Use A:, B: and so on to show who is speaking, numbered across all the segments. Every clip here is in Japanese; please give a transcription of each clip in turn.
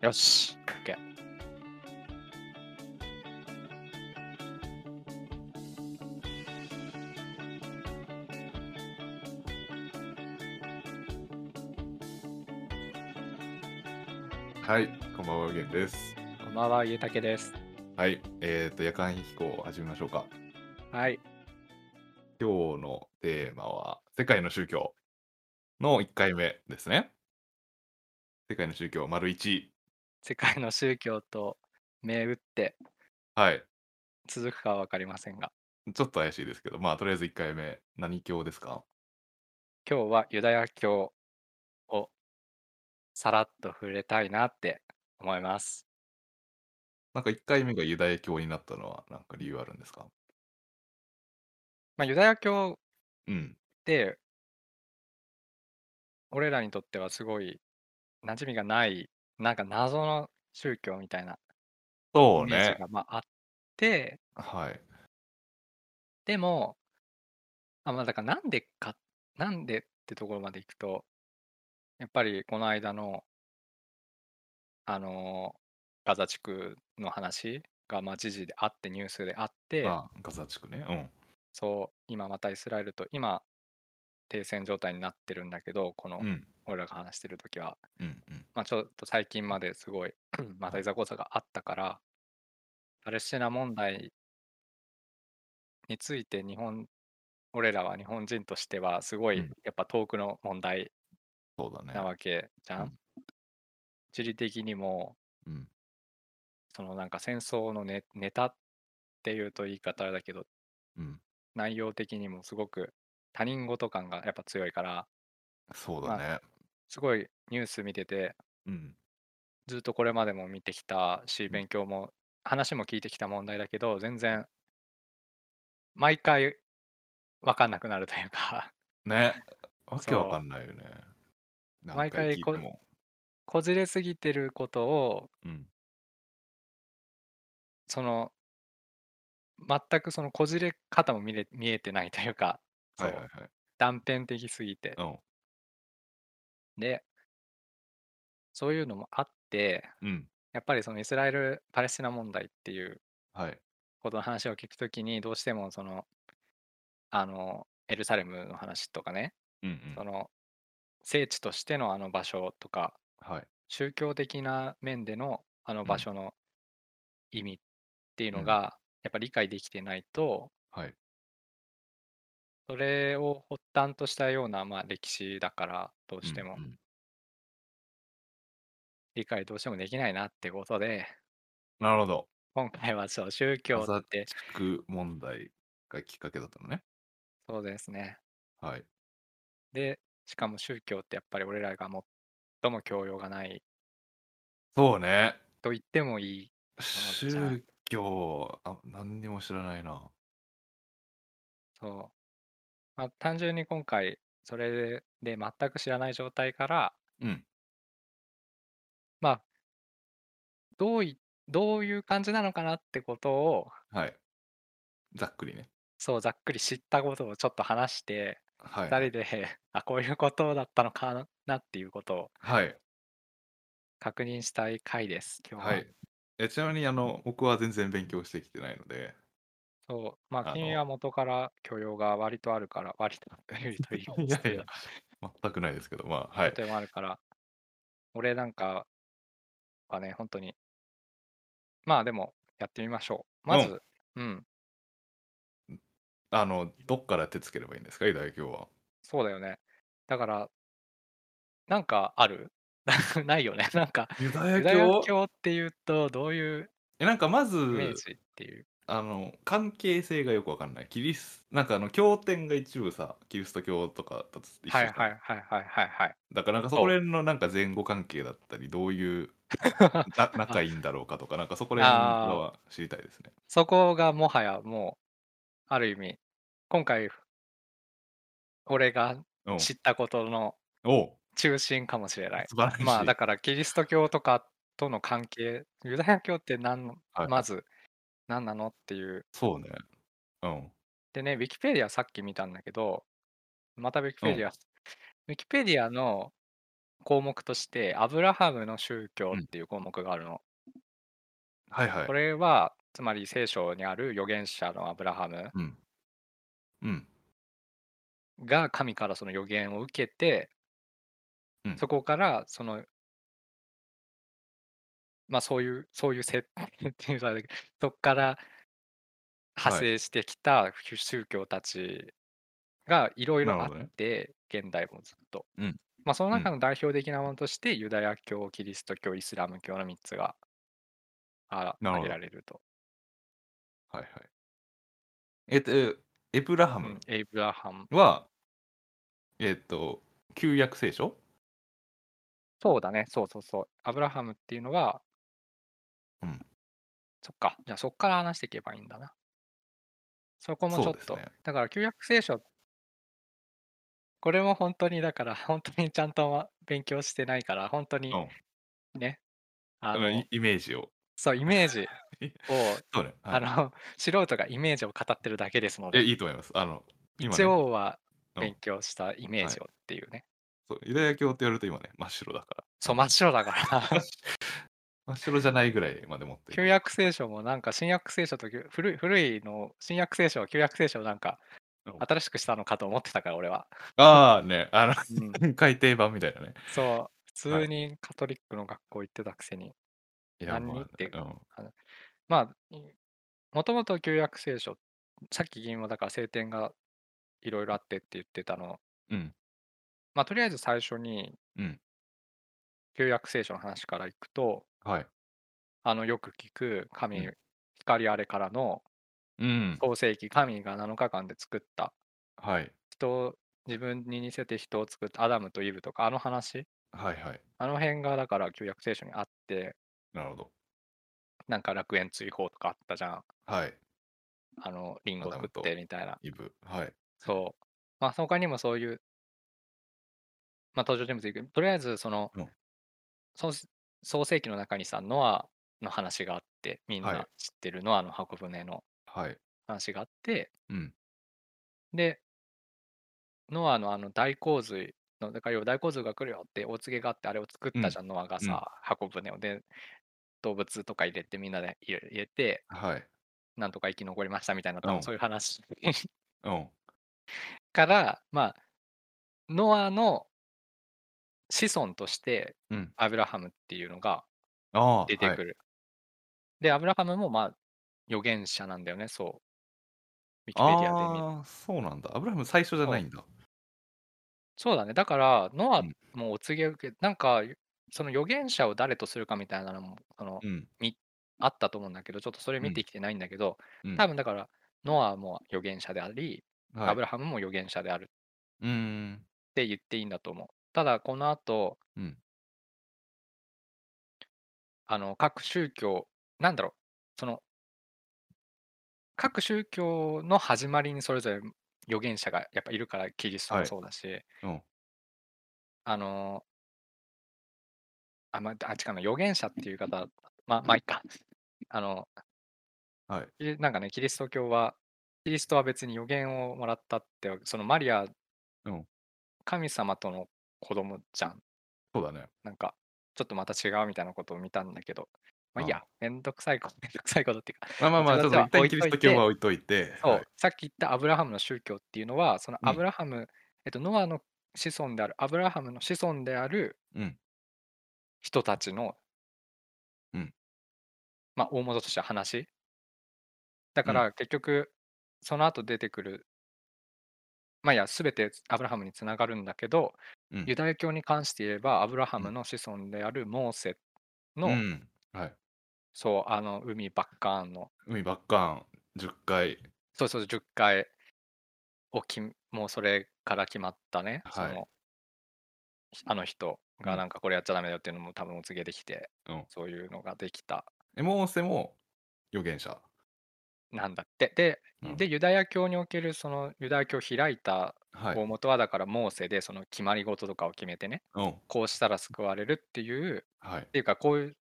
A: よし。OK。
B: はい、こんばんは、ゲンです。
A: こんばんは、ゆうたけです。
B: はい、えっ、と、夜間飛行を始めましょうか。
A: はい。
B: 今日のテーマは、世界の宗教の1回目ですね。世界の宗教、丸1。
A: 世界の宗教と銘打って
B: はい、
A: 続くかは分かりませんが、
B: ちょっと怪しいですけど、まあ、とりあえず1回目、何教ですか
A: 今日はユダヤ教をさらっと触れたいなって思います。
B: なんか1回目がユダヤ教になったのは、なんか理由あるんですか
A: まあ、ユダヤ教
B: うん。
A: って、俺らにとってはすごい馴染みがない、なんか謎の宗教みたいな
B: そ
A: イ
B: う
A: メージ
B: ね。
A: がまああって、
B: はい。
A: でも、あ、まあだからなんでか、なんでってところまで行くと、やっぱりこの間の、あのーガザ地区の話が、まあ、時事であって、ニュースであって、
B: あ、ガザ地区ね。うん。
A: そう、今またイスラエルと、今、停戦状態になってるんだけど、この、
B: うん。
A: 俺らが話してる時は、
B: うん。うん。
A: まあ、ちょっと最近まですごい、 またいざこざがあったから、パレスチナ問題について日本、俺らは日本人としてはすごい
B: うん
A: やっぱ遠くの問題
B: そうだね。
A: なわけじゃん。
B: うん
A: 地理的にも、
B: うん。
A: そのなんか戦争のネネタっていうと言い方あれだけど、
B: うん。
A: 内容的にもすごく他人事感がやっぱ強いから、
B: そうだね。
A: すごいニュース見てて、
B: うん。
A: ずっとこれまでも見てきたし、
B: ん
A: 勉強も、話も聞いてきた問題だけど、全然、毎回分かんなくなるというか、
B: ね。わけ
A: そう
B: わかんないよね。
A: 毎回
B: 何聞い
A: こ
B: ても。
A: こじれすぎてることを、
B: うん。
A: その、全くそのこじれ方も見れ見えてないというか、そ
B: は
A: う
B: いはいはい。
A: 断片的すぎて。
B: うん
A: で、そういうのもあって、
B: うん。
A: やっぱりそのイスラエル・パレスチナ問題っていう
B: はい。
A: ことの話を聞くときに、どうしてもその、あの、エルサレムの話とかね、
B: うんう
A: そ
B: ん。
A: の聖地としてのあの場所とか
B: はい。
A: 宗教的な面でのあの場
B: うん
A: 所の意味っていう
B: う
A: の
B: ん
A: がやっぱ理解できてないと
B: はい。
A: それを発端としたようなまあ歴史だからどうしても
B: うんうん
A: 理解どうしてもできないなってことで
B: なるほど。
A: 今回はそう宗教
B: ガザ
A: って
B: 地区問題がきっかけだったのね。
A: そうですね
B: はい。
A: でしかも宗教ってやっぱり俺らが最も教養がない
B: そうね。
A: と言ってもいいそうじゃない
B: 宗教、あ、何にも知らないな。
A: そう。まあ、単純に今回、それで全く知らない状態から、
B: うん。
A: まあ、どうい、どういう感じなのかなってことを、
B: はい。ざっくりね。
A: そう、ざっくり知ったことをちょっと話して、
B: はい。
A: 二人で、 あ、こういうことだったのかなっていうことを
B: はい。
A: 確認したい回です、今日は。
B: はい。えちなみに、あの、僕は全然勉強してきてないので、
A: そう、まあ、
B: あ
A: 君
B: の
A: は元から教養が割とあるから、割とあるという
B: いやいや、全くないですけど、まあ、はい。
A: とてもあるから、俺なんかはね、本当に、まあでも、やってみましょう。まず、うん、
B: あの、どっから手つければいいんですか、ユダヤ教は。
A: そうだよね。だから、なんかある ないよね。なんか、
B: ユダヤ
A: ユダヤ教っていうと、どういう
B: えなんかまず
A: イメージっていう。
B: あの関係性がよくわかんないキリスなんかあの経典が一部さキリスト教とかだと一緒じゃ
A: はい
B: ん
A: はいはいはいはいはい。
B: だからなんかそこら辺のなんか前後関係だったりど ういうな仲いいんだろうかとかなんかそこら辺は知りたいですね
A: そこがもはやもう、ある意味、今回、俺が
B: うん
A: 知ったことの
B: おう
A: 中心かもしれない。
B: 素晴らしい、
A: まあだからキリスト教とかとの関係、ユダヤ教って何の、
B: はい
A: まず何なのっていう。
B: そうねうん
A: でね、ウィキペディアさっき見たんだけど、またウィキペディア、ウィキペディアの項目として、アブラハムの宗教
B: う
A: っ
B: ん。
A: ていう項目があるの。
B: はいは
A: こ
B: い。
A: れは、つまり聖書にある預言者のアブラハム
B: うん。うん。
A: が神からその予言を受けて、
B: うん。
A: そこからそのまあ、そういうそういう設定っていうのは、そっから派
B: はい。
A: 生してきた宗教たちがいろい
B: な
A: ろ
B: る
A: あ
B: ほ
A: っ
B: どね。
A: て、現代もずっと。
B: うん。
A: まあ、その
B: う
A: 中
B: ん。
A: の代表的なものとして、ユダヤ教、キリスト教、イスラム教の3つがあ
B: な
A: 挙
B: るほ
A: げら
B: ど。
A: れると。
B: はいはい。えっと、エブラハ
A: う
B: ム
A: ん、エイブラハム。
B: は、えっと、旧約聖書
A: そうだね、そうそうそう。アブラハムっていうのは、
B: うん。
A: そっか、じゃあそっから話していけばいいんだな。そこもち
B: そ
A: ょっ
B: うです
A: と、
B: ね。
A: だから旧約聖書これも本当にだから、本当にちゃんとま勉強してないから、本当
B: う
A: に
B: ん。
A: ね、あ
B: あの、
A: の、
B: イイメージを。
A: そう、イメー ジを、
B: そうね。は
A: あ
B: い。
A: の、 素人がイメージを語ってるだけですの
B: え、
A: で、
B: いいと思います。あの、今
A: 一
B: ね、
A: 応は
B: うん。
A: 勉強したイメー
B: は
A: ジ
B: い。
A: をっていうね。
B: そう、ユダヤ教って言われると今ね、真っ白だから。
A: そう、真っ白だか
B: 真っ
A: ら、
B: 白真っ白じゃないぐらいまで持ってい
A: 旧
B: く。
A: 約聖書もなんか新約聖書と旧古い古いの、新約聖書、旧約聖書をなんか
B: うん
A: 新しくしたのかと思ってたから、俺は。
B: ああね、あ
A: うん。
B: の 改訂版みたいなね。
A: そう、普
B: は
A: 通
B: い。
A: にカトリックの学校行ってたくせに、
B: いや、
A: 何っ
B: まあね、
A: て、
B: うん。
A: あのまあ、もともと旧約聖書、さっき銀もだから聖典がいろいろあってって言ってたの、
B: うん。
A: まあ、とりあえず最初に
B: うん。
A: 旧約聖書の話からいくと、
B: はい。
A: あのよく聞く
B: う
A: 神、
B: ん。
A: 光あれからの
B: うん。
A: 創世記、神が7日間で作った
B: はい。
A: 人を、自分に似せて人を作ったアダムとイブとか、あの話、
B: はいはい。
A: あの辺がだから旧約聖書にあって、
B: なるほど。
A: なんか楽園追放とかあったじゃん。
B: はい。
A: あの、リン
B: ア
A: ゴ
B: ダ
A: 食
B: ム
A: って
B: と
A: みたいな。
B: イブ。はい。
A: そう。まあ、他にもそういう、まあ、登場人物いく。とりあえず、その、
B: うん。
A: 創世創世記の中にさ、ノアの話があって、みん
B: は。
A: ない知ってるノアの箱舟の
B: はい。
A: 話があって、
B: うん。
A: で、ノアのあの大洪水の、だから要は大洪水が来るよってお告げがあって、あれを作っ
B: う
A: た
B: ん。
A: じゃん、ノアが
B: うん。
A: さ、箱舟を。で、動物とか入れてみんなで入れ入れて、
B: はい。
A: なんとか生き残りましたみたいな、
B: う
A: 多分
B: ん。
A: そういう話
B: うん。
A: から、まあ、ノアの子孫として
B: うん。
A: アブラハムっていうのが
B: あ
A: 出
B: あ、
A: て
B: は
A: く
B: い。
A: る。で、アブラハムもまあ、預言者なんだよね、そう、ウィキペディアで見る。
B: ああ、そうなんだ。アブラハム最初じゃな
A: そ、
B: いうんだ。
A: そうだね。だから、ノ
B: う
A: ア
B: ん。
A: もお告げを受け、なんか、その預言者を誰とするかみたいなのも、その、
B: うん。
A: みあったと思うんだけど、ちょっとそれ
B: う
A: 見て
B: ん。
A: きてないんだけど、
B: うん。
A: 多分だから、ノアも預言者であり、
B: は
A: アブ
B: い。
A: ラハムも預言者であるっ
B: うーん。
A: て言っていいんだと思う。ただ、この後、
B: うん。
A: あの、各宗教、なんだろう、その、各宗教の始まりにそれぞれ預言者がやっぱいるから、キリストも
B: はい。
A: そうだし、
B: うん。
A: あの、あ、まあ、違うな、預言者っていう方、まあ、まあ、いいか。あの、
B: はい。
A: キリなんかね、キリスト教は、キリストは別に予言をもらったって、そのマリア、
B: うん。
A: 神様との子供じゃん。
B: そうだね。
A: なんか、ちょっとまた違うみたいなことを見たんだけど、まあいいや、
B: あ
A: めんどくさいこと、 めんどくさいことっていうか、
B: まあまあ
A: そ
B: まあ、
A: の
B: ちょっ
A: 手
B: と
A: は置
B: 一旦
A: い
B: キリ
A: と
B: ス
A: い
B: ト教は
A: て、
B: 置いといて、は
A: そ
B: い。
A: う、さっき言ったアブラハムの宗教っていうのは、その
B: う
A: ア
B: ん。
A: ブラハム、えっと、ノアの子孫である、アブラハムの子孫である
B: うん。
A: 人たちの、
B: うん。
A: まあ、大元とした話。だ
B: う
A: か
B: ん。
A: ら結局、その後出てくる、まあいや、すべてアブラハムにつながるんだけど、
B: う
A: ユ
B: ん。
A: ダヤ教に関して言えば、アブラハ
B: う
A: ム
B: ん。
A: の子孫であるモーセ
B: う
A: の、
B: ん。はい。
A: そう、あの、海バッカーンの、
B: 海ばっかん、10回。
A: そうそう、10回をき、もうそれから決まったね、そ
B: はい。
A: の、あの人
B: う。
A: がなんんかこれやっちゃダメだよっていうのも多分お告げできて、
B: うん。
A: そういうのができた、
B: え、モーセも預言者。
A: なんだって。で、
B: なるほ
A: で
B: ど。
A: ユダヤ教におけるそのユダヤ教を開いた
B: はい。
A: 大元はだからモーセでその決まり事とかを決めてね、
B: うん。
A: こうしたら救われるっていう、っ
B: はい。
A: ていうかこういう、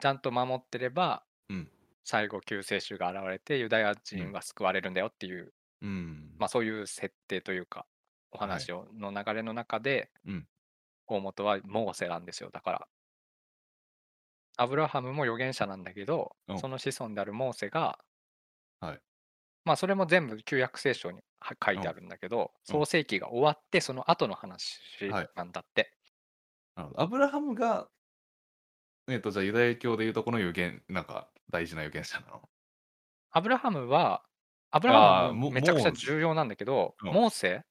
A: ちゃんと守ってれば、
B: うん。
A: 最後救世主が現れてユダヤ
B: う
A: 人
B: ん。
A: は救われるんだよっていう、
B: うん。
A: まあそういう設定というか、お
B: はい。
A: 話をの流れの中で、
B: うん。
A: 大元はモーセなんですよ。だから、アブラハムも預言者なんだけど、
B: うん。
A: その子孫であるモーセが、
B: はい。
A: まあ、それも全部旧約聖書には書いうてあ
B: ん。
A: るんだけど、
B: うん。
A: 創世記が終わって、その後の話
B: はい。
A: なんだって。
B: なるほどアブラハムが、えっ、と、じゃあユダヤ教でいうとこの預言、なんか大事な預言者なの
A: アブラハムは、アブラハム
B: ああー、
A: も
B: も、
A: めちゃくち
B: も
A: ゃ
B: う、
A: 重要なんだけど、
B: うん、
A: モーセ、
B: うん。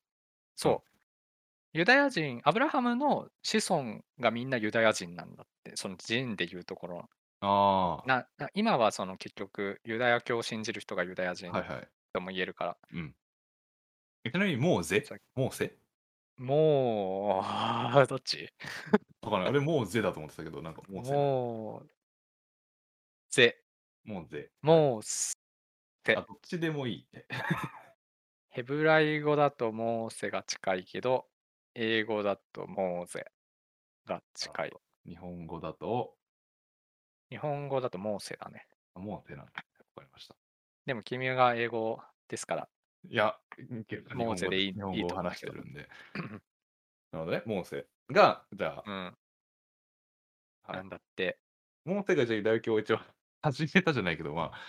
A: そう、ユダヤ人、アブラハムの子孫がみんなユダヤ人なんだって、その人でいうところ。
B: あ
A: なな今はその結局、ユダヤ教を信じる人がユダヤ
B: あ、は
A: 人
B: いはい。
A: とも言えるから、
B: うん。えちなみに、モーゼ
A: さ
B: モーセ
A: もう、 どっち
B: わかんない。あれ、モーゼだと思ってたけど、なんかモーセなんだ。
A: もう、ぜ、
B: モーゼ。はい。
A: もうす、
B: あ、
A: て、
B: どっちでもいいって。
A: ヘブライ語だとモーセが近いけど、英語だとモーゼが
B: なる
A: 近
B: ほ
A: い。
B: ど。日本語だと、
A: 日本語だとモーセだね。
B: あモーゼなんだ。わかりました。
A: でも君が英語ですから、
B: いや、いける日
A: モー
B: 本
A: ゼ
B: 語で。
A: ですいい
B: 日本
A: いい
B: 語を
A: と思うんだ
B: 話し
A: け
B: て
A: ど。
B: るんで。なのでね、モーセが、じゃ
A: うん、
B: あ、は。
A: ないんだって。
B: モーセがじゃあユダヤ教を一応始めたじゃないけど、まあ、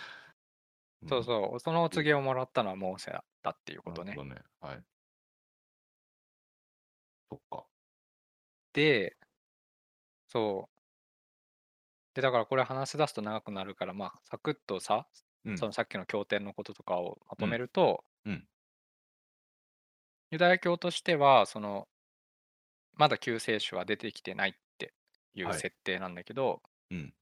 B: う。
A: そうんそう、そのお
B: う
A: 告
B: ん
A: げをもらったのはモーセだったっていうこ
B: なる
A: と
B: ほ
A: ね。
B: どね。はい。そっか。
A: で、そう。で、だからこれ話し出すと長くなるから、まあ、サクッとさ、
B: う
A: そ
B: ん。
A: のさっきの経典のこととかをま
B: う
A: とめ
B: ん。
A: ると、
B: うん。
A: ユダヤ教としては、その、まだ救世主は出てきてないっていう
B: はい。
A: 設定なんだけど、
B: うん。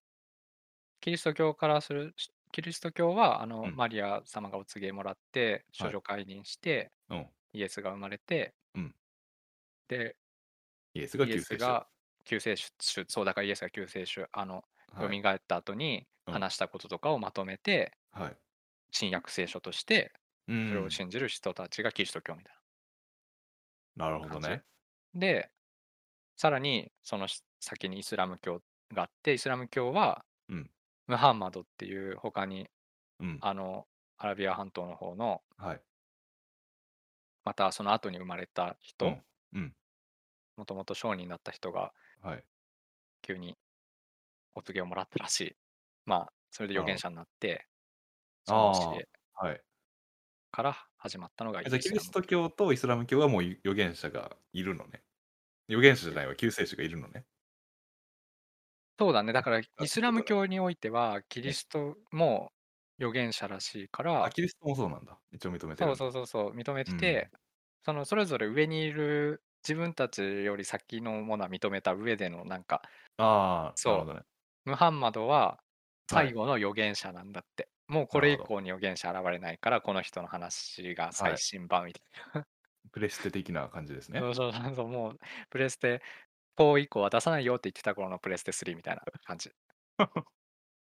A: キリスト教からする、しキリスト教はあ
B: う
A: の
B: ん。
A: マリア様がお告げもらって、処
B: はい。
A: 女解任して、
B: うん。
A: イエスが生まれて、
B: うん。
A: で、
B: イエスが
A: イエ
B: 救
A: ス
B: 世主。
A: が救世主、そうだからイエスが救世主、あの、蘇
B: はい。
A: った後に
B: うん。
A: 話したこととかをまとめて、
B: はい。
A: 新約聖書として、
B: う
A: それを
B: ん。
A: 信じる人たちがキリスト教みたい
B: な
A: な
B: るほど
A: 感じ。
B: ね。
A: で、さらにそのし先にイスラム教があって、イスラム教は
B: うん。
A: ムハンマドっていう他に
B: うん。
A: あのアラビア半島の方の
B: はい。
A: またその後に生まれた
B: う
A: 人
B: ん。うん。
A: もともと商人だった人が
B: はい。
A: 急にお告げをもらったらしいまあそれで
B: な
A: 預言
B: るほ
A: 者になって
B: ど。
A: その教
B: あ
A: え
B: あ。はい。
A: から始まったのがイ
B: じゃあ、キ
A: ス
B: リ
A: ラ
B: ス
A: ム
B: ト教とイスラム教はもう預言者がいるのね。預言者じゃないわ、救世主がいるのね。
A: そうだねだからイ
B: あそ
A: ス
B: ういう
A: ラ
B: こ
A: ム
B: とね。
A: 教においてはキリ
B: ね
A: ストも預言者らしいか
B: あ、
A: ら
B: キリストもそうなんだ。一応認めて
A: そ
B: る
A: うん
B: だ。
A: そうそうそう認め
B: う
A: て
B: ん。
A: てそのそれぞれ上にいる自分たちより先のものは認めた上でのなんか
B: ああ、なるほ
A: そ
B: どね。
A: うムハンマドは
B: は
A: 最
B: い。
A: 後の預言者なんだってもうこ
B: なる
A: れ
B: ほ
A: 以
B: ど。
A: 降に預言者現れないからこの人の話が
B: は
A: 最
B: い。
A: 新版みたいな
B: プレステ的な感じですね。
A: そうそうそうそうもうプレステ4以降は出さないよって言ってた頃のプレステ3みたいな感じあ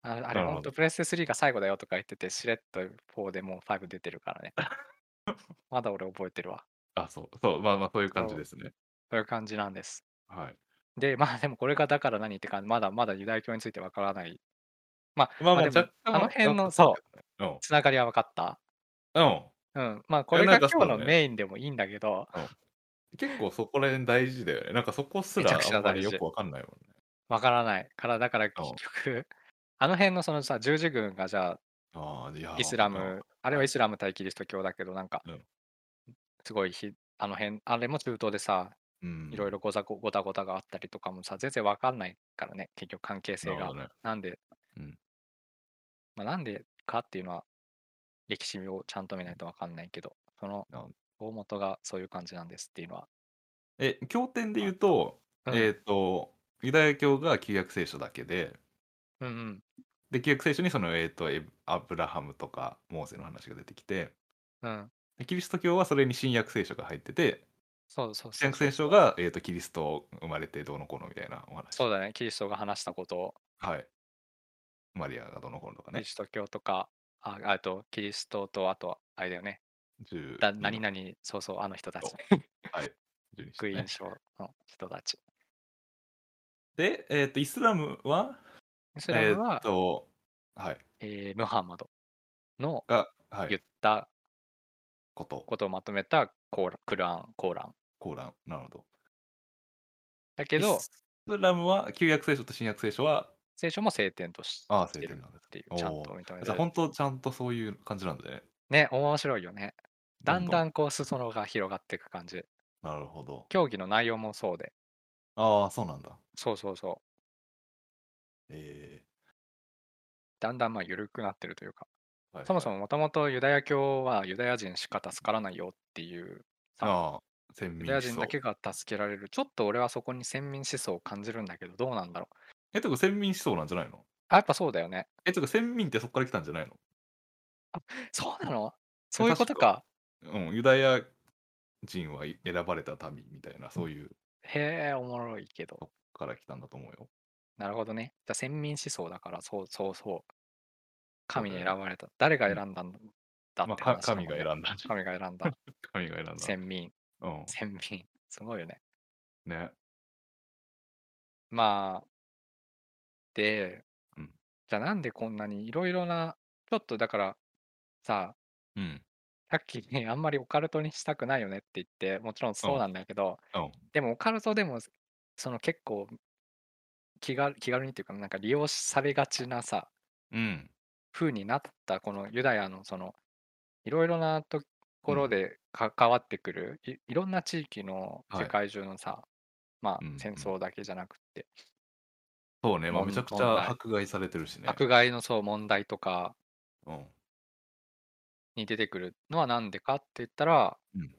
A: あれ
B: なる
A: ほん
B: ほ
A: と
B: ど。
A: プレステ3が最後だよとか言っててしれっと4でもう5出てる からねまだ俺覚えてるわ
B: あ、そう。そう。まあまあ、そういう感じ
A: そう
B: ですね。
A: そういう感じなんです
B: はい。
A: で、まあでもこれがだから何って感じ、まだまだユダヤ教についてわからない。まあ、
B: まあ
A: まあ
B: まあ、
A: でも、
B: 若
A: あの
B: 干
A: 辺
B: 分か
A: の、
B: った
A: そ
B: けどね。うん。
A: う、つながりは分かった
B: うん。
A: うん。まあ
B: い
A: こ
B: や、
A: れが
B: なんか
A: 今
B: そ
A: 日の
B: うね。
A: メインでもいいんだけど、
B: うん。結構そこら辺大事だよね。なんかそこす
A: めちゃく
B: らあ
A: ち
B: ん
A: ゃ
B: ま
A: 大
B: りよ
A: 事。
B: くわかんないもんね。
A: わからないから、だから
B: う
A: 結
B: ん。
A: 局、あの辺のそのさ、十字軍がじゃあ、
B: ああ、いや、
A: イスラ
B: うん。
A: ム、あれ
B: は。
A: はいイスラム対キリスト教だけど、なんか、
B: うん。
A: すごいひ、あの辺、あれも中東でさ、
B: う
A: いろい
B: ん。
A: ろござごごたごたがあったりとかもさ、全然わかんないからね、結局関係
B: な
A: 性
B: るほ
A: が。
B: どね。
A: なんで、
B: うん。
A: まあ、なんでかっていうのは、歴史をちゃんと見ないとわかんないけど、その
B: な
A: 大元がそういう感じなんですっていうのは。
B: え、経典で
A: ま
B: 言うと、
A: あ、うん、
B: えっ、と、ユダヤ教が旧約聖書だけで、
A: うん、うん、
B: で、旧約聖書にその、えっ、と、エブアブラハムとかモーセの話が出てきて、
A: うん。
B: でキリスト教はそれに新約聖書が入ってて、
A: そうそう
B: 新
A: そう
B: 約
A: そう
B: 聖書
A: そう。
B: が、えっ、と、キリスト生まれてどうのこうのみたいなお
A: そうだ
B: 話。
A: ね、キリストが話したことを、
B: はい。マリアがどうのこうのとか
A: キリ
B: ね。
A: スト教とか、あ、あと、キリストと、あと、あれだよね、だ
B: 12
A: 何
B: の
A: 々、そうそう、あの人たち、
B: 人。はい。12
A: 福
B: 人
A: 音
B: ね。
A: 書の人たち。
B: で、えっ、と、イスラムは、
A: イスラム
B: えっ、
A: は、
B: と、はい。
A: えームハンマドの
B: が、は
A: 言
B: い。
A: った
B: こと。
A: ことをまとめたコーラクラーン、コーラン。
B: コーラン。なるほど。
A: だけ
B: イ
A: ど、
B: スラムは旧約聖書と新約聖書は
A: 聖書も聖典とし
B: ああ
A: て
B: 聖典
A: る
B: なんです
A: っていう、
B: おー
A: ちゃんと認められ
B: じゃあ
A: てる。
B: 本当ちゃんとそういう感じなんでね
A: ね、面白いよね。だんだ
B: ん
A: んこう、裾野が広がっていく感じ。
B: なるほど
A: 競技の内容もそうで。
B: ああそうなんだ
A: そうそうそう。
B: え
A: だんだんまあ緩くなってるというか、
B: ーはい
A: そもそ
B: も
A: ももともとユダヤ教はユダヤ人しか助からないよっていうさ
B: ああ先
A: ユ
B: 民
A: ダヤ
B: 思
A: 人
B: 想
A: だけが助けられる。ちょっと俺はそこに先民思想を感じるんだけど、どうなんだろう。
B: えとか先民思想なんじゃないの
A: あ、やっぱそうだよね。
B: えとか先民ってそこから来たんじゃないの
A: そうなのそういうこと
B: 確か
A: か。
B: うんユダヤ人は選ばれた民みたいなそういう
A: へえ、おもろいけど。
B: とこから来たんだと思うよ
A: なるほどね。じゃあ先民思想だから、そうそうそう。
B: そう
A: 神
B: だ
A: に
B: よ
A: 選
B: ね
A: ばれた。誰が
B: うん
A: 選んだんだ
B: ま
A: っ
B: あ
A: て
B: か
A: 話だも
B: 神
A: ん
B: が
A: ね
B: 選んだ
A: 神が 選んだ。
B: 神が選んだ
A: 先民。
B: うん
A: 先民。すごいよね。
B: ね
A: まあ、で、
B: うん
A: じゃあなんでこんなにいろいろな、ちょっとだからさ、
B: うん
A: さっきね、あんまりオカルトにしたくないよねって言って、もちろんそうなんだけど、
B: うん
A: でもオカルトでも、その結構気軽気軽にっていうか、なんか利用されがちなさ、
B: うん
A: 風になったこのユダヤのそのいろいろなところで関わってくるいいろんな地域の
B: はい
A: 世界中のさ、まあ
B: うんうん
A: 戦争だけじゃなくって、
B: そうね、まあ、
A: 問
B: めちゃくち
A: 問題
B: ゃ迫害されてるしね。
A: 迫害のそう問題とか
B: うん、
A: に出てくるのはなんでかって言ったら、
B: うん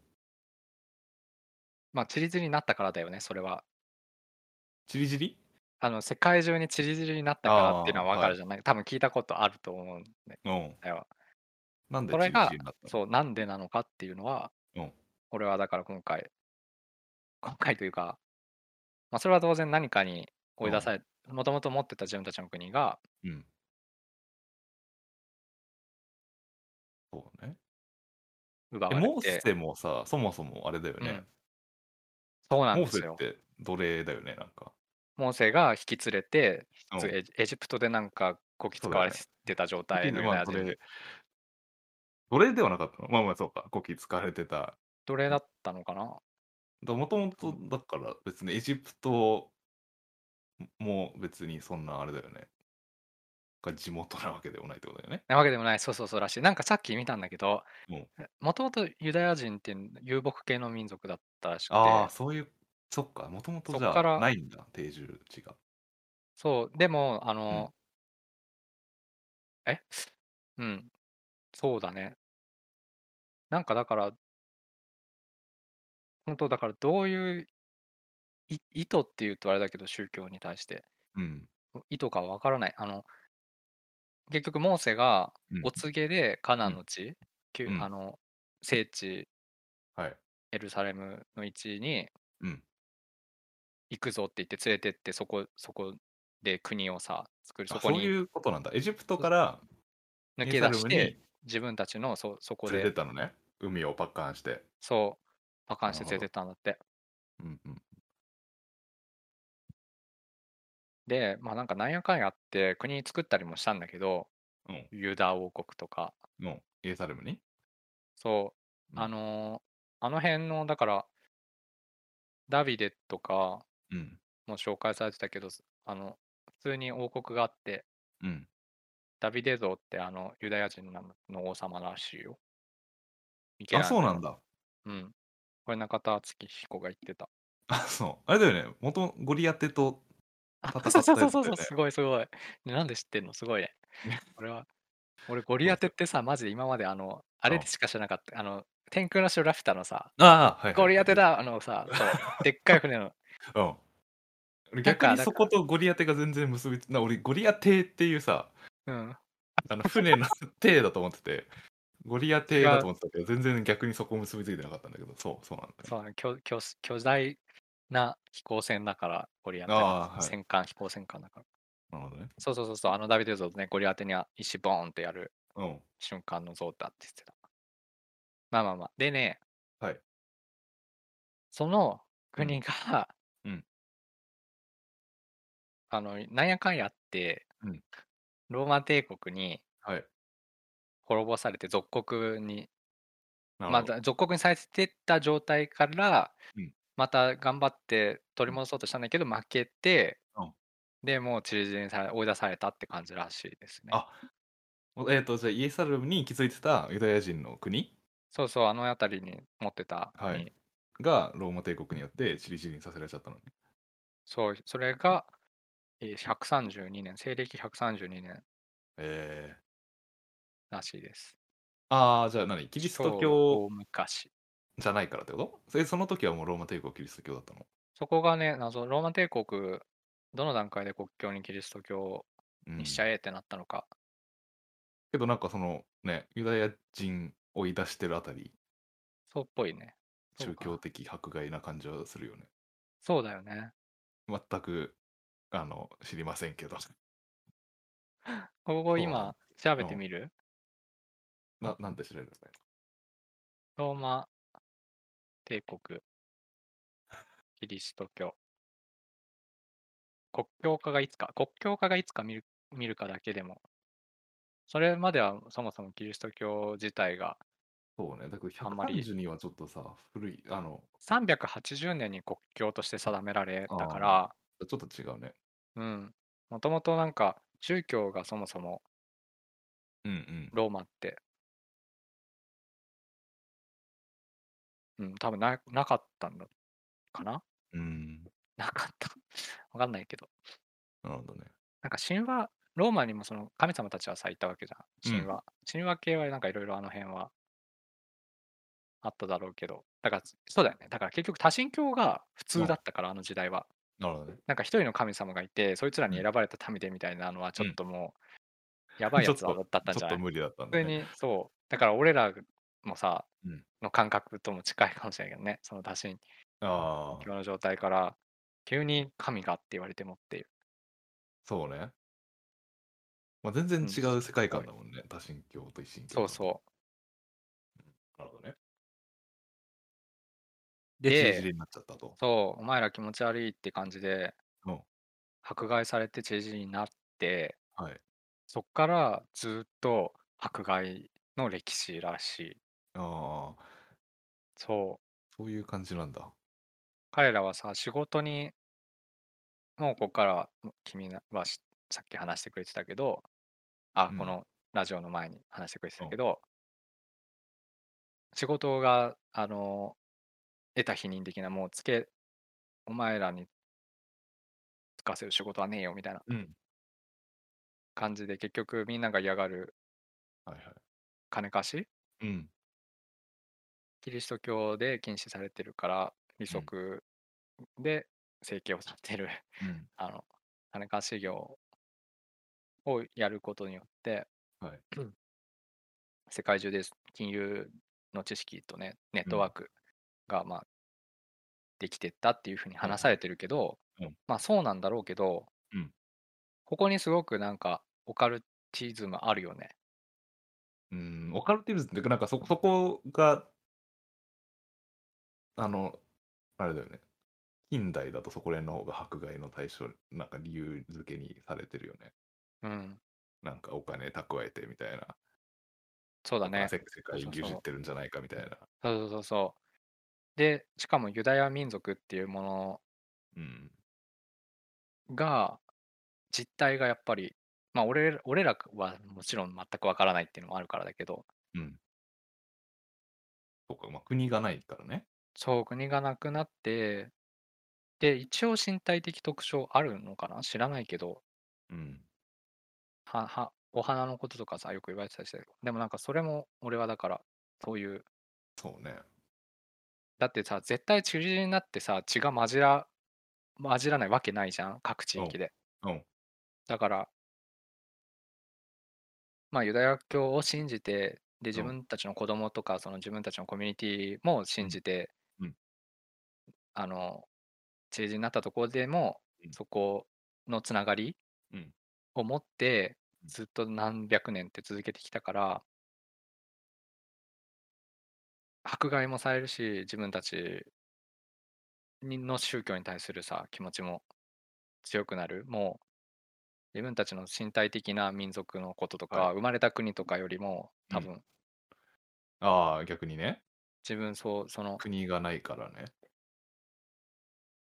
A: まあちりずりになったからだよねそれは
B: チリジリ
A: あの世界中にちりずりになったからっていうのは
B: あー
A: 分かる
B: はい
A: じゃない、多分聞いたことあると思うん
B: うん。
A: だよ
B: なんで
A: そ
B: チ
A: れ
B: リジ
A: が
B: リになったの
A: そうなんでなのかっていうのは、
B: うん
A: 俺はだから今回今回というか、まあ、それは当然何かに追い出されもともと持ってた自分たちの国が
B: うん。そうね。
A: 奪
B: え
A: われ
B: モー
A: て
B: セもさ、そもそもあれだよね。
A: そうなん
B: モ
A: で
B: ーセ
A: すよ
B: っ。て奴隷だよね、なんか。
A: モーセが引き連れて、
B: うん
A: エジエジプトでなんかこき使われ
B: そうだよ
A: てた状態のユダ
B: まあ
A: ヤ
B: 奴
A: 人
B: 隷。奴隷ではなかったのまあまあそうか、コキ使われてた。
A: 奴隷だったのかな
B: もともとだから別にエジプトも別にそんなあれだよね。が地元なわけでもないってことだよね。
A: なわけでもない、そうそうそうらしい。なんかさっき見たんだけど
B: うん、
A: もともとユダヤ人って遊牧系の民族だったらしくて、
B: ああ、そういう、そっか、もともと
A: そっ
B: じゃ
A: から
B: あないんだ、定住地が。
A: そう、でも、あの、えうん、そうだね。なんかだから、本当だからどういうい意図っていうとあれだけど、宗教に対して、
B: うん。
A: 意図かわからない。あの、結局、モーセが
B: うん
A: お告げでカナンの地、旧
B: うん
A: あの、聖地、
B: はい。
A: エルサレムの位置に
B: うん。
A: 行くぞって言って連れてって、そこ、そこで国をさ、作る、
B: あ
A: そ
B: そ
A: こ
B: う
A: に
B: いうことなんだ。エジプトから
A: 抜
B: エ
A: け
B: ルサ
A: 出
B: レ
A: し
B: ム
A: て
B: に、
A: 自分たちのそそこ
B: 連れてっ
A: で
B: たのね。海をパッカンして。
A: そうパカンして
B: な
A: 連れ
B: るほ
A: て
B: ど
A: ったんだって
B: うんうん。
A: でまあなんかなんやかんやあって国作ったりもしたんだけど
B: うん。
A: ユダ王国とか
B: のエルサレムに
A: そう
B: うん
A: あのーあの辺のだからダビデとか
B: うん。
A: も紹介されてたけどあの普通に王国があって
B: うん。
A: ダビデ像ってあのユダヤ人なのの王様らしいよミケラン
B: あ、
A: ジ
B: そ
A: ェ
B: う
A: ロ
B: なんだ。
A: うんこれ中田敦彦が言ってた
B: あ、そう。あれだよね。もともゴリアテと
A: あ
B: 戦った
A: そう
B: やつ
A: そうそうそ
B: だよ
A: うそう、
B: ね
A: すごいすごい。ねなんで知ってんのすご いね。俺は、俺ゴリアテってさ、マジで今まであの、あれでしか知らなかった。あの、天空の城ラピュタのさ、
B: ああ、はい、はい。
A: ゴリアテだあのさ、そう、でっかい船の、
B: うん。俺
A: なんか
B: 逆にそことゴリアテが全然結びつな俺ゴリアテっていうさ
A: うん、
B: あの船の 艇だと思っててゴリアテだと思ってたけど全然逆にそこ結びついてなかったんだけどそうそうなんだよ
A: そうな巨巨巨大な飛行船だから、ゴリアテ
B: あー
A: は。
B: はい
A: 戦艦、飛行戦艦だから。
B: なるほどね。
A: そうそうそうそう、あのダビデ像とね、ゴリアテには石ボーンってやる
B: うん。
A: 瞬間の像だって言ってた。まあまあまあ。でね、
B: はい
A: その国が、
B: うん
A: あの、なんやかんやあって、
B: うん
A: ローマ帝国に
B: はい。
A: 滅ぼされて、属国に、
B: な
A: ま
B: るほ
A: あ、
B: ど。
A: だ属国にされてた状態から、
B: うん
A: また頑張って取り戻そうとしたんだけど、負けて、
B: うん
A: で、もうチリジリにされ追い出されたって感じらしいですね。
B: あえっ、と、じゃあイエサルムに気づいてたユダヤ人の国
A: そうそう、あの辺りに持ってたのに、
B: はいがローマ帝国によってチリチリにさせられちゃったのに。
A: そう、それが、えー132年、西暦132年
B: えー、
A: らしいです。
B: ああ、じゃあ何キリスト教
A: 超昔。
B: じゃないからってことそれその時はもうローマ帝国キリスト教だったの
A: そこがね、謎ローマ帝国、どの段階で国教にキリスト教
B: うん
A: にしちゃえってなったのか、
B: けどなんかそのね、ユダヤ人追い出してるあたり、
A: そうっぽいね。そう
B: 宗
A: か
B: 教的迫害な感じはするよね。
A: そうだよね。
B: 全く、あの、知りませんけど。
A: こ
B: そ
A: こ
B: う
A: 今、調べてみる、
B: ななんて知れるんですか
A: ローマ帝国、キリスト教。国教化がいつか、国教化がいつか見る見るかだけでも、それまではそもそもキリスト教自体が
B: そうね。だから
A: あんまり
B: 132はちょっとさ、古い、あの、
A: 380年に国教として定められたか
B: あ
A: ら、
B: ちょっと違うね。
A: うん。もともとなんか宗教がそもそも
B: うんうん。
A: ローマって、うん、多分ななかったんだかな
B: うん。
A: なかった。わかんないけど。
B: なるほどね。
A: なんか神話、ローマにもその神様たちはさ、いたわけじゃん。神話。神話系はなんかいろいろあの辺はあっただろうけど。だから、そうだよね。だから結局多神教が普
B: う
A: 通
B: ん
A: だったから、あの時代は。
B: なるほどね。
A: なんか一人の神様がいて、そいつらに
B: うん
A: 選ばれた民でみたいなのはちょっともう、やばい
B: ちょ
A: や
B: っ
A: つだ
B: と
A: だったん
B: ち
A: じ
B: ょ
A: ゃな
B: っと
A: い
B: 無理だったん
A: 普通
B: だね。
A: に、そう。だから俺らもさ
B: うん、
A: の感覚とも近いかもしれないけどね。その多神
B: ああ、
A: 教の状態から、急に神がって言われてもっていう。
B: そうね。まあ、全然違う世界観だもんね。多神教と一神教。。
A: そうそう
B: なるほどね。で、
A: で
B: チリチリになっちゃったと
A: う。。そう、お前ら気持ち悪いって感じで
B: うん、
A: 迫害されて知事になって、
B: はい。
A: そっからずっと迫害の歴史らしい。
B: ああ、
A: そう。
B: そういう感じなんだ。
A: 彼らはさ仕事にもうここからも君はしさっき話してくれてたけどあ、
B: うん
A: このラジオの前に話してくれてたけど、仕事があの得た否認的なもうつけお前らにつかせる仕事はねえよみたいな
B: うん。
A: 感じで結局みんなが嫌がる
B: はいは
A: 金貸し
B: い。うん。
A: キリスト教で禁止されてるから利息で生計を立てる
B: うん。
A: あの、金貸し業をやることによって、
B: はい
A: 世界中で金融の知識とね、ネットワークが、まあ、できてったっていうふうに
B: いはい
A: 話されてるけど、
B: うん
A: まあそうなんだろうけど、
B: うん
A: ここにすごくなんかオカルティズムあるよね。
B: うん、オカルティブズってなんかそこそこが、あの、あれだよね。近代だとそこら辺の方が迫害の対象、なんか理由付けにされてるよね。
A: うん、
B: なんかお金蓄えてみたいな。
A: そうだね。
B: 世世界牛耳ってるんじゃないかみたいな。
A: そうそうそうそう。で、しかもユダヤ民族っていうもの
B: うん。
A: が実態がやっぱりまあ俺ら俺らはもちろん全くわからないっていうのもあるからだけど
B: うん。そうか、まあ、国がないからね。
A: そう国がなくなってで一応身体的特徴あるのかな知らないけど
B: うん。
A: ははお花のこととかさよく言われてたりしてでもなんかそれも俺はだからそういう
B: そうね。
A: だってさ絶対中になってさ血が混じら混じらないわけないじゃん各地域で、
B: うん
A: だからまあユダヤ教を信じてで自
B: うん
A: 分たちの子供とかその自分たちのコミュニティも信じて、
B: うん
A: あの中人になったところでも、
B: うん
A: そこのつながり
B: うん
A: を持って
B: うん
A: ずっと何百年って続けてきたから迫害もされるし自分たちにの宗教に対するさ気持ちも強くなるもう自分たちの身体的な民族のこととか、
B: は
A: 生まれた国とかよりも多
B: うん
A: 分、
B: ああ、逆にね。
A: 自分そうその
B: 国がないからね。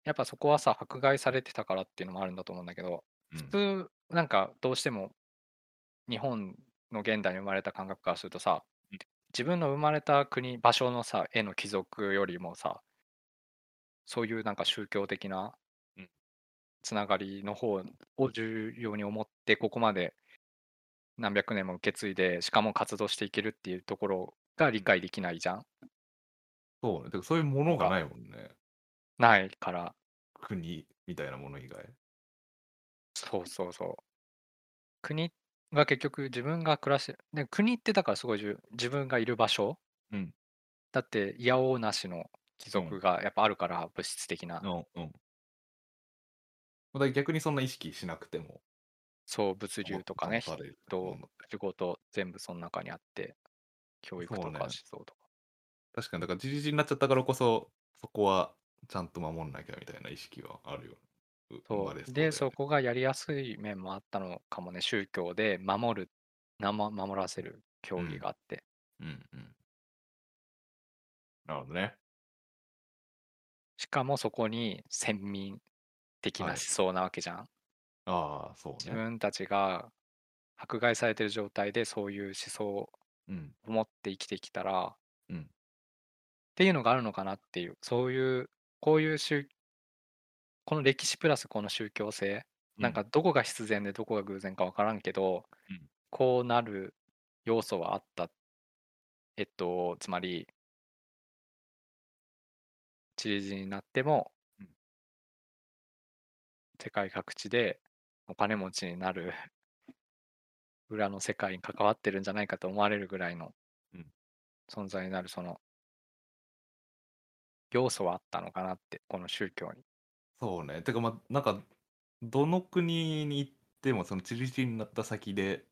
A: やっぱそこはさ、迫害されてたからっていうのもあるんだと思うんだけど、
B: うん
A: 普通、なんかどうしても日本の現代に生まれた感覚からするとさ
B: うん、
A: 自分の生まれた国、場所のさ、絵の貴族よりもさ、そういうなんか宗教的な
B: うん
A: つながりの方を重要に思って、ここまで何百年も受け継いで、しかも活動していけるっていうところが理解できないじゃん。
B: そうね。てかそういうものがないもんね。
A: ないから、
B: 国みたいなもの以外。
A: そうそうそう。国が結局自分が暮らしてる、で国ってだからすごいじゅ自分がいる場所、
B: うん
A: だっていやおうなしの貴族がやっぱあるから、物質的な、
B: うん。うん。また逆にそんな意識しなくても。
A: そう物流とかね、
B: 保たれる
A: 人
B: もの
A: 仕事全部その中にあって、教育とか
B: そうね
A: 思想とか。
B: 確かに、だから自立になっちゃったからこそ、そこはちゃんと守んなきゃみたいな意識はあるよ。う生
A: そ
B: ま
A: う
B: れうだよ
A: で、
B: ね
A: そこがやりやすい面もあったのかもね、宗教で守る、生守らせる教
B: う
A: 義
B: ん
A: があって。
B: うんうん。なるほどね。
A: しかもそこに先民的な
B: はい
A: 思想なわけじゃん。
B: ああ、そう
A: 自
B: ね。
A: 分たちが迫害されてる状態でそういう思想を
B: うん。
A: 持って生きてきたら、
B: うん
A: っていうのがあるのかなっていうそういうこういう宗この歴史プラスこの宗教性なんかどこが必然でどこが偶然か分からんけど、
B: うん
A: こうなる要素はあったえっとつまりチリ人になっても、
B: うん
A: 世界各地でお金持ちになる 裏の世界に関わってるんじゃないかと思われるぐらいの
B: うん
A: 存在になるその要素はあったのかなってこの宗教に。
B: そうね。てか、まあ、なんか、どの国に行っても、そのチリチリになった先で、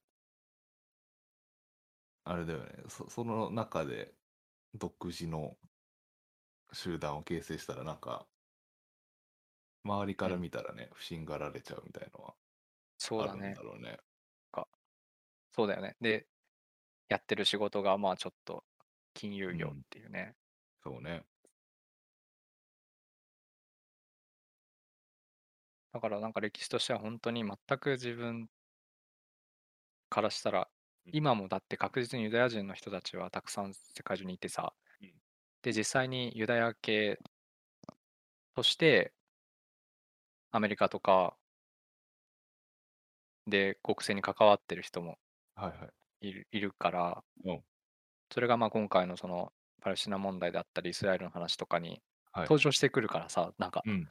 B: あれだよね。そその中で、独自の集団を形成したら、なんか、周りから見たらね、不審がられちゃうみたいのは
A: そう
B: あ
A: だ
B: るん
A: ね
B: だろうね。
A: そうだよね。で、やってる仕事が、まあちょっと金融業
B: うん
A: っていうね。
B: そうね。
A: だからなんか歴史としては本当に全く自分からしたら、
B: うん
A: 今もだって確実にユダヤ人の人たちはたくさん世界中にいてさ
B: うん、
A: で、実際にユダヤ系として、アメリカとかで国政に関わってる人も
B: はいはい。
A: いるいるから
B: うん、
A: それがまあ今回のそのパレスチナ問題だったり、イスラエルの話とかに
B: はい
A: 登場してくるからさ、なんか
B: うん。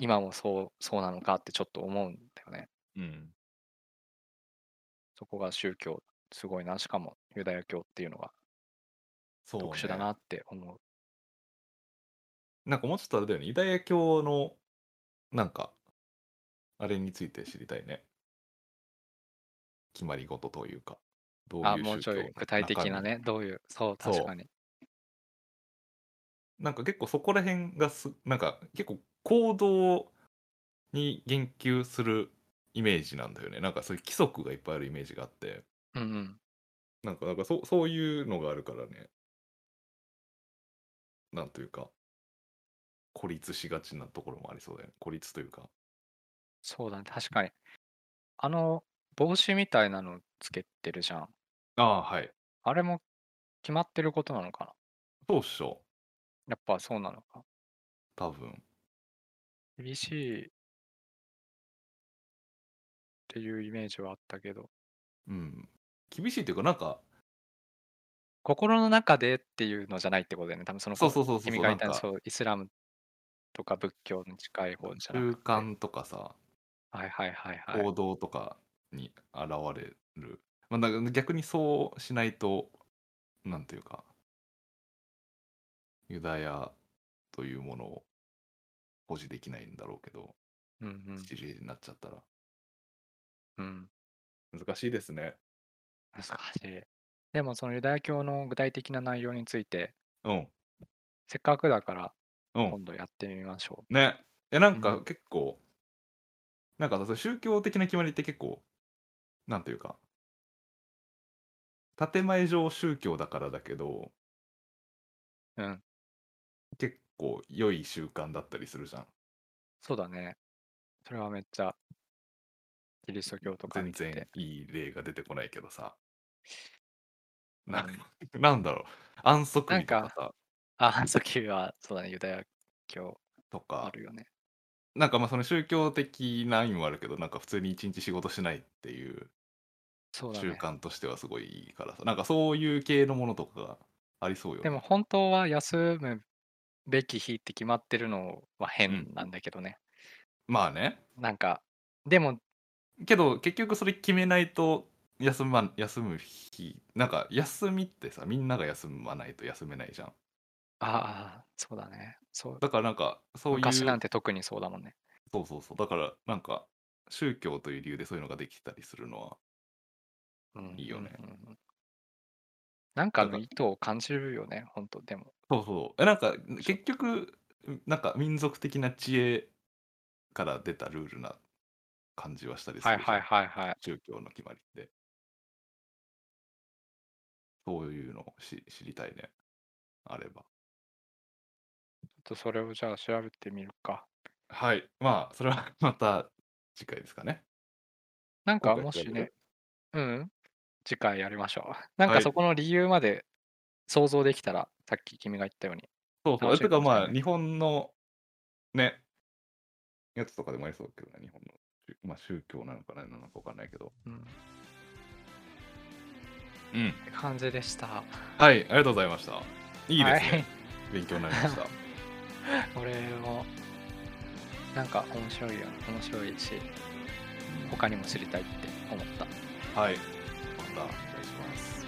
A: 今もそうそうなのかってちょっと思うんだよね。
B: うん。
A: そこが宗教、すごいな、しかもユダヤ教っていうのが
B: そう、ね。
A: 特殊だなって思う。
B: なんかもうちょっとあれだよね、ユダヤ教の、なんか、あれについて知りたいね。決まり事というか、どう
A: あ、
B: いう
A: もうちょ
B: 宗教
A: い
B: の
A: 具体的な
B: 中身。
A: ね、どういう、そう、
B: そう
A: 確かに。
B: なんか結構そこら辺がす、なんか結構行動に言及するイメージなんだよね。なんかそういう規則がいっぱいあるイメージがあって、
A: うんうん。
B: なんかなんかそうそういうのがあるからね、なんというか、孤立しがちなところもありそうだよね。孤立というか。
A: そうだね、確かに。あの、帽子みたいなのつけてるじゃん。
B: ああ、はい。
A: あれも決まってることなのかな
B: そうっしょ。
A: やっぱそうなのか。
B: 多分
A: 厳しいっていうイメージはあったけど、
B: うん厳しいというかなんか
A: 心の中でっていうのじゃないってことだよね。多分その
B: そうそうそうそう
A: 君
B: そう
A: が言っ
B: なん
A: たの
B: か
A: そうイスラムとか仏教に近い方じゃな
B: 習
A: くて。はい
B: 慣とかさ
A: はいはいはい。
B: 行動とかに現れる、まあ、だから逆にそうしないとなんていうかユダヤというものを保持できないんだろうけど
A: うん
B: 知り合いになっちゃったら
A: うんうん。
B: 難しいですね
A: 難しい。でもそのユダヤ教の具体的な内容について、
B: うん
A: せっかくだから
B: うん
A: 今度やってみましょ
B: ねえなん
A: う
B: か結構、なんかその宗教的な決まりって結構なんていうか建前上宗教だからだけど
A: う。うん。
B: 結構良い習慣だったりするじゃん。
A: そうだね。それはめっちゃ、キリスト教とか
B: 全
A: 見て
B: 然
A: て。
B: いい例が出てこないけどさ。
A: な
B: なんん なんだろう。安息日と
A: なん
B: かさ、
A: あ、反則球は、そうだね、ユダヤ教
B: と
A: あ
B: か、
A: るよね。
B: なんかまあその宗教的な意味もあるけど、なんか普通に一日仕事しないっていう
A: そうだ
B: 習
A: ね。
B: 慣としてはすごいいいからさ、なんかそういう系のものとかがありそうよね。
A: でも本当は休むべき日って決まってるのは変
B: うん
A: なんだけどね。
B: まあね。
A: なんか、でも、
B: けど結局それ決めないと休ま休む日なんか休みってさみんなが休まないと休めないじゃん
A: ああ、そうだね。そう。
B: だからなんかそういう
A: 昔なんて特にそうだもんね。
B: そうそうそうだからなんか宗教という理由でそういうのができたりするのは
A: うん
B: いいよね
A: うんうんうんなんか
B: なん
A: の
B: か
A: 意図を感じるよね、本当でも。
B: そうそうえなんか結局なんか民族的な知恵から出たルールな感じはしたりす
A: は
B: る
A: い
B: じゃん
A: はいはいはい。
B: 宗教の決まりってそういうのをし知りたいねあれば
A: ちょっとそれをじゃあ調べてみるか。
B: はいまあそれは また次回ですかね
A: なんか
B: 今回
A: も
B: 調べ
A: し
B: る
A: ね、うん、次回やりましょう。なん
B: は
A: か
B: い
A: そこの理由まで想像できたら、さっき君が言ったように。
B: そうそう。
A: 楽
B: え
A: しい
B: て
A: か
B: か
A: もしれ
B: ま
A: な
B: あ、
A: い
B: 日本のね、やつとかでもありそうだけどね、日本の。まあ、宗教なのかな、なのかわかんないけど。
A: うん、っ
B: うん。
A: て感じでした。
B: はい、ありがとうございました。いいですね。
A: はい
B: 勉強になりました。
A: 俺もなんか面白いよ面白いし 他にも知りたいって思った
B: はい。またお願いします。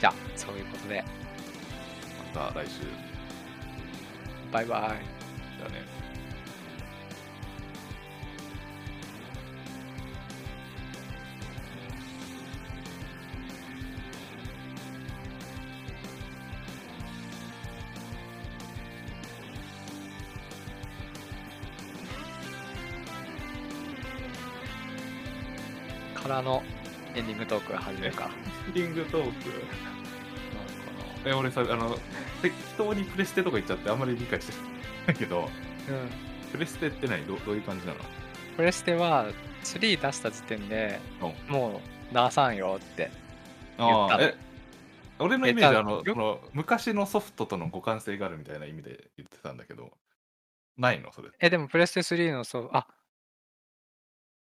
A: じゃあそういうことで
B: また来週
A: バイバイ
B: だね。
A: からのエンディングトーク始めるか
B: ヒーリングトーク。なんかなえ、俺さ、あの、適当にプレステとか言っちゃって、あんまり理解してないけど、
A: うん
B: プレステって何どどういう感じなの
A: プレステは3出した時点で
B: う
A: もう出さんよって
B: あ
A: 言った
B: あ、え、俺のイメージ
A: え
B: はあの
A: じゃあ
B: その昔のソフトとの互換性があるみたいな意味で言ってたんだけど、ないのそれ。
A: えでもプレステ3のそうあっ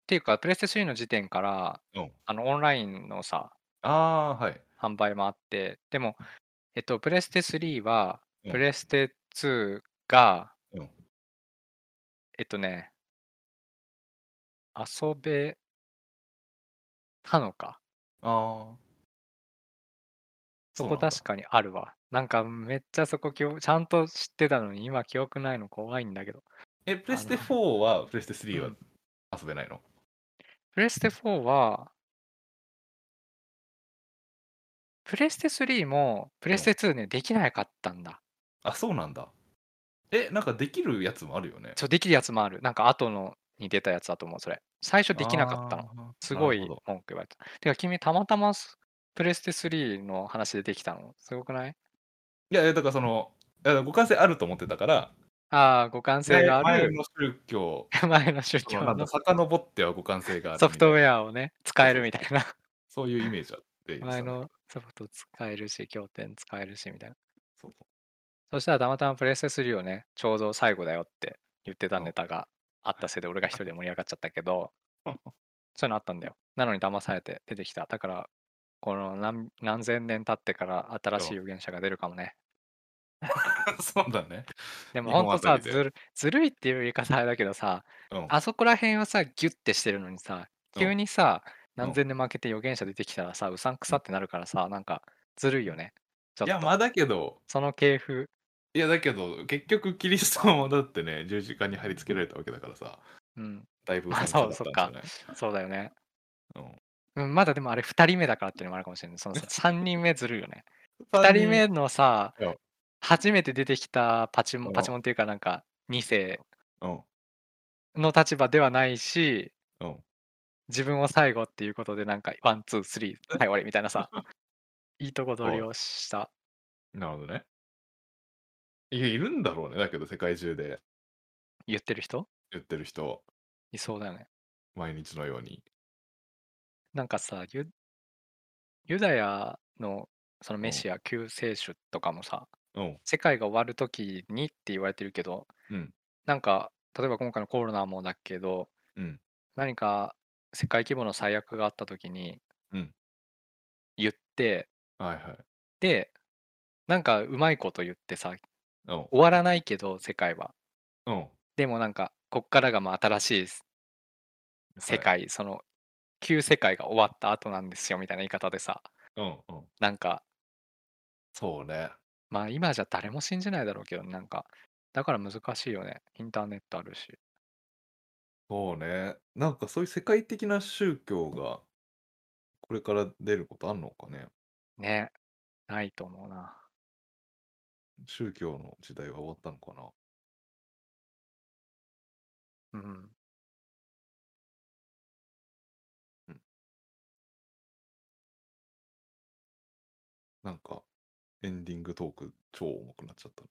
A: ていうかプレステ3の時点から
B: うん、
A: あのオンラインのさ
B: ああー、はい。
A: 販売もあってでもえっとプレステ3は
B: うん
A: プレステ2が、
B: うん
A: えっとね、遊べたのか。
B: ああ。
A: そこ確
B: か
A: かにあるわ。なんかめっちゃそこ記憶ちゃんと知ってたのに今記憶ないの怖いんだけど。
B: え、プレステ4はプレステ3
A: う
B: は
A: ん
B: 遊べないの、
A: プレステ4は、プレステ3もプレステ2ね、できなかったんだ。
B: あ、そうなんだ。え、なんかできるやつもあるよね。
A: そう、できるやつもある。なんか後のに出たやつだと思う、それ。最初できなかったの。
B: の
A: すごい
B: なる
A: 文
B: ほど
A: 句言われた。てか、君、たまたますプレステ3の話でできたのすごくない
B: いや、いやだからその、いや互換性あると思ってたから、
A: ああ、互換性があ
B: 前
A: る
B: の宗 教、
A: 前の宗
B: そ
A: 教
B: のなん
A: の
B: だ、遡っては互換性がある
A: ソフトウ
B: ェア。
A: ェアをね、使えるみたいな。
B: そういうイメージだって言ってた
A: 前
B: んだけど
A: のソフト使えるし、経典使えるしみたいな。
B: そう そう
A: そしたらたまたまプレステ3をね、ちょうど最後だよって言ってた
B: うん
A: ネタがあったせいで、俺が一人で盛り上がっちゃったけ ど、そういうのあったんだよ。なのに騙されて出てきた。だから、この何何千年経ってから新しい有限者が出るかもね。
B: そうだね。
A: でも
B: 日本
A: 本当さ
B: あたりで
A: ずる、ずるいっていう言い方あれだけどさ、
B: うん。
A: あそこら辺はさ、ギュッてしてるのにさ、
B: うん
A: 急にさ、
B: ん
A: 何千年負けて予言者出てきたらさ、うさんくさってなるからさ、なんかずるいよね。ちょっ
B: い
A: と
B: や、まあだけど、
A: その系譜、
B: いやだけど、結局キリストもだってね、十字架に貼り付けられたわけだからさ、
A: うん、
B: だいぶ
A: まあ
B: 嘘だったんじゃない
A: そうだよね。
B: うん
A: うん、まだでもあれ2人目だからっていうのもあるかもしれない。そ のさ3人目ずるいよね。
B: 三
A: 2人目のさ
B: うん、
A: 初めて出てきたパチモ
B: う
A: ン、
B: ん
A: パチモンっていうかなんか2世
B: うん。
A: の立場ではないし、
B: うん。
A: 自分を最後っていうことでなんかワンツースリーはい終わりみた いなさいいとこ取りをした
B: なるほどね。いや、いるんだろうね。だけど、世界中で
A: 言ってる人
B: 言ってる人、
A: いそうだよね。
B: 毎日のように。
A: なんかさ、ユユダヤのそのメシア、救世主とかもさ、
B: うん。
A: 世界が終わる時にって言われてるけど、
B: うん。
A: なんか、例えば今回のコロナもだけど、
B: うん。
A: 何か世界規模の最悪があった時に
B: うん
A: 言って、
B: はいはい。
A: で、なんかうまいこと言ってさ、
B: うん。
A: 終わらないけど、世界は。
B: うん。はい
A: でもなんか、こっからがまあ新しい世。界、その旧世界が終わった後なんですよみたいな言い方でさ
B: うん。うん。
A: なんか
B: そうね。
A: まあ今じゃ誰も信じないだろうけどなんかだから難しいよねインターネットあるし
B: そうね。なんかそういう世界的な宗教がこれから出ることあんのかね。
A: ねないと思うな
B: 宗教の時代は終わったのかな。
A: うん
B: なんかエンディングトーク超重くなっちゃったね。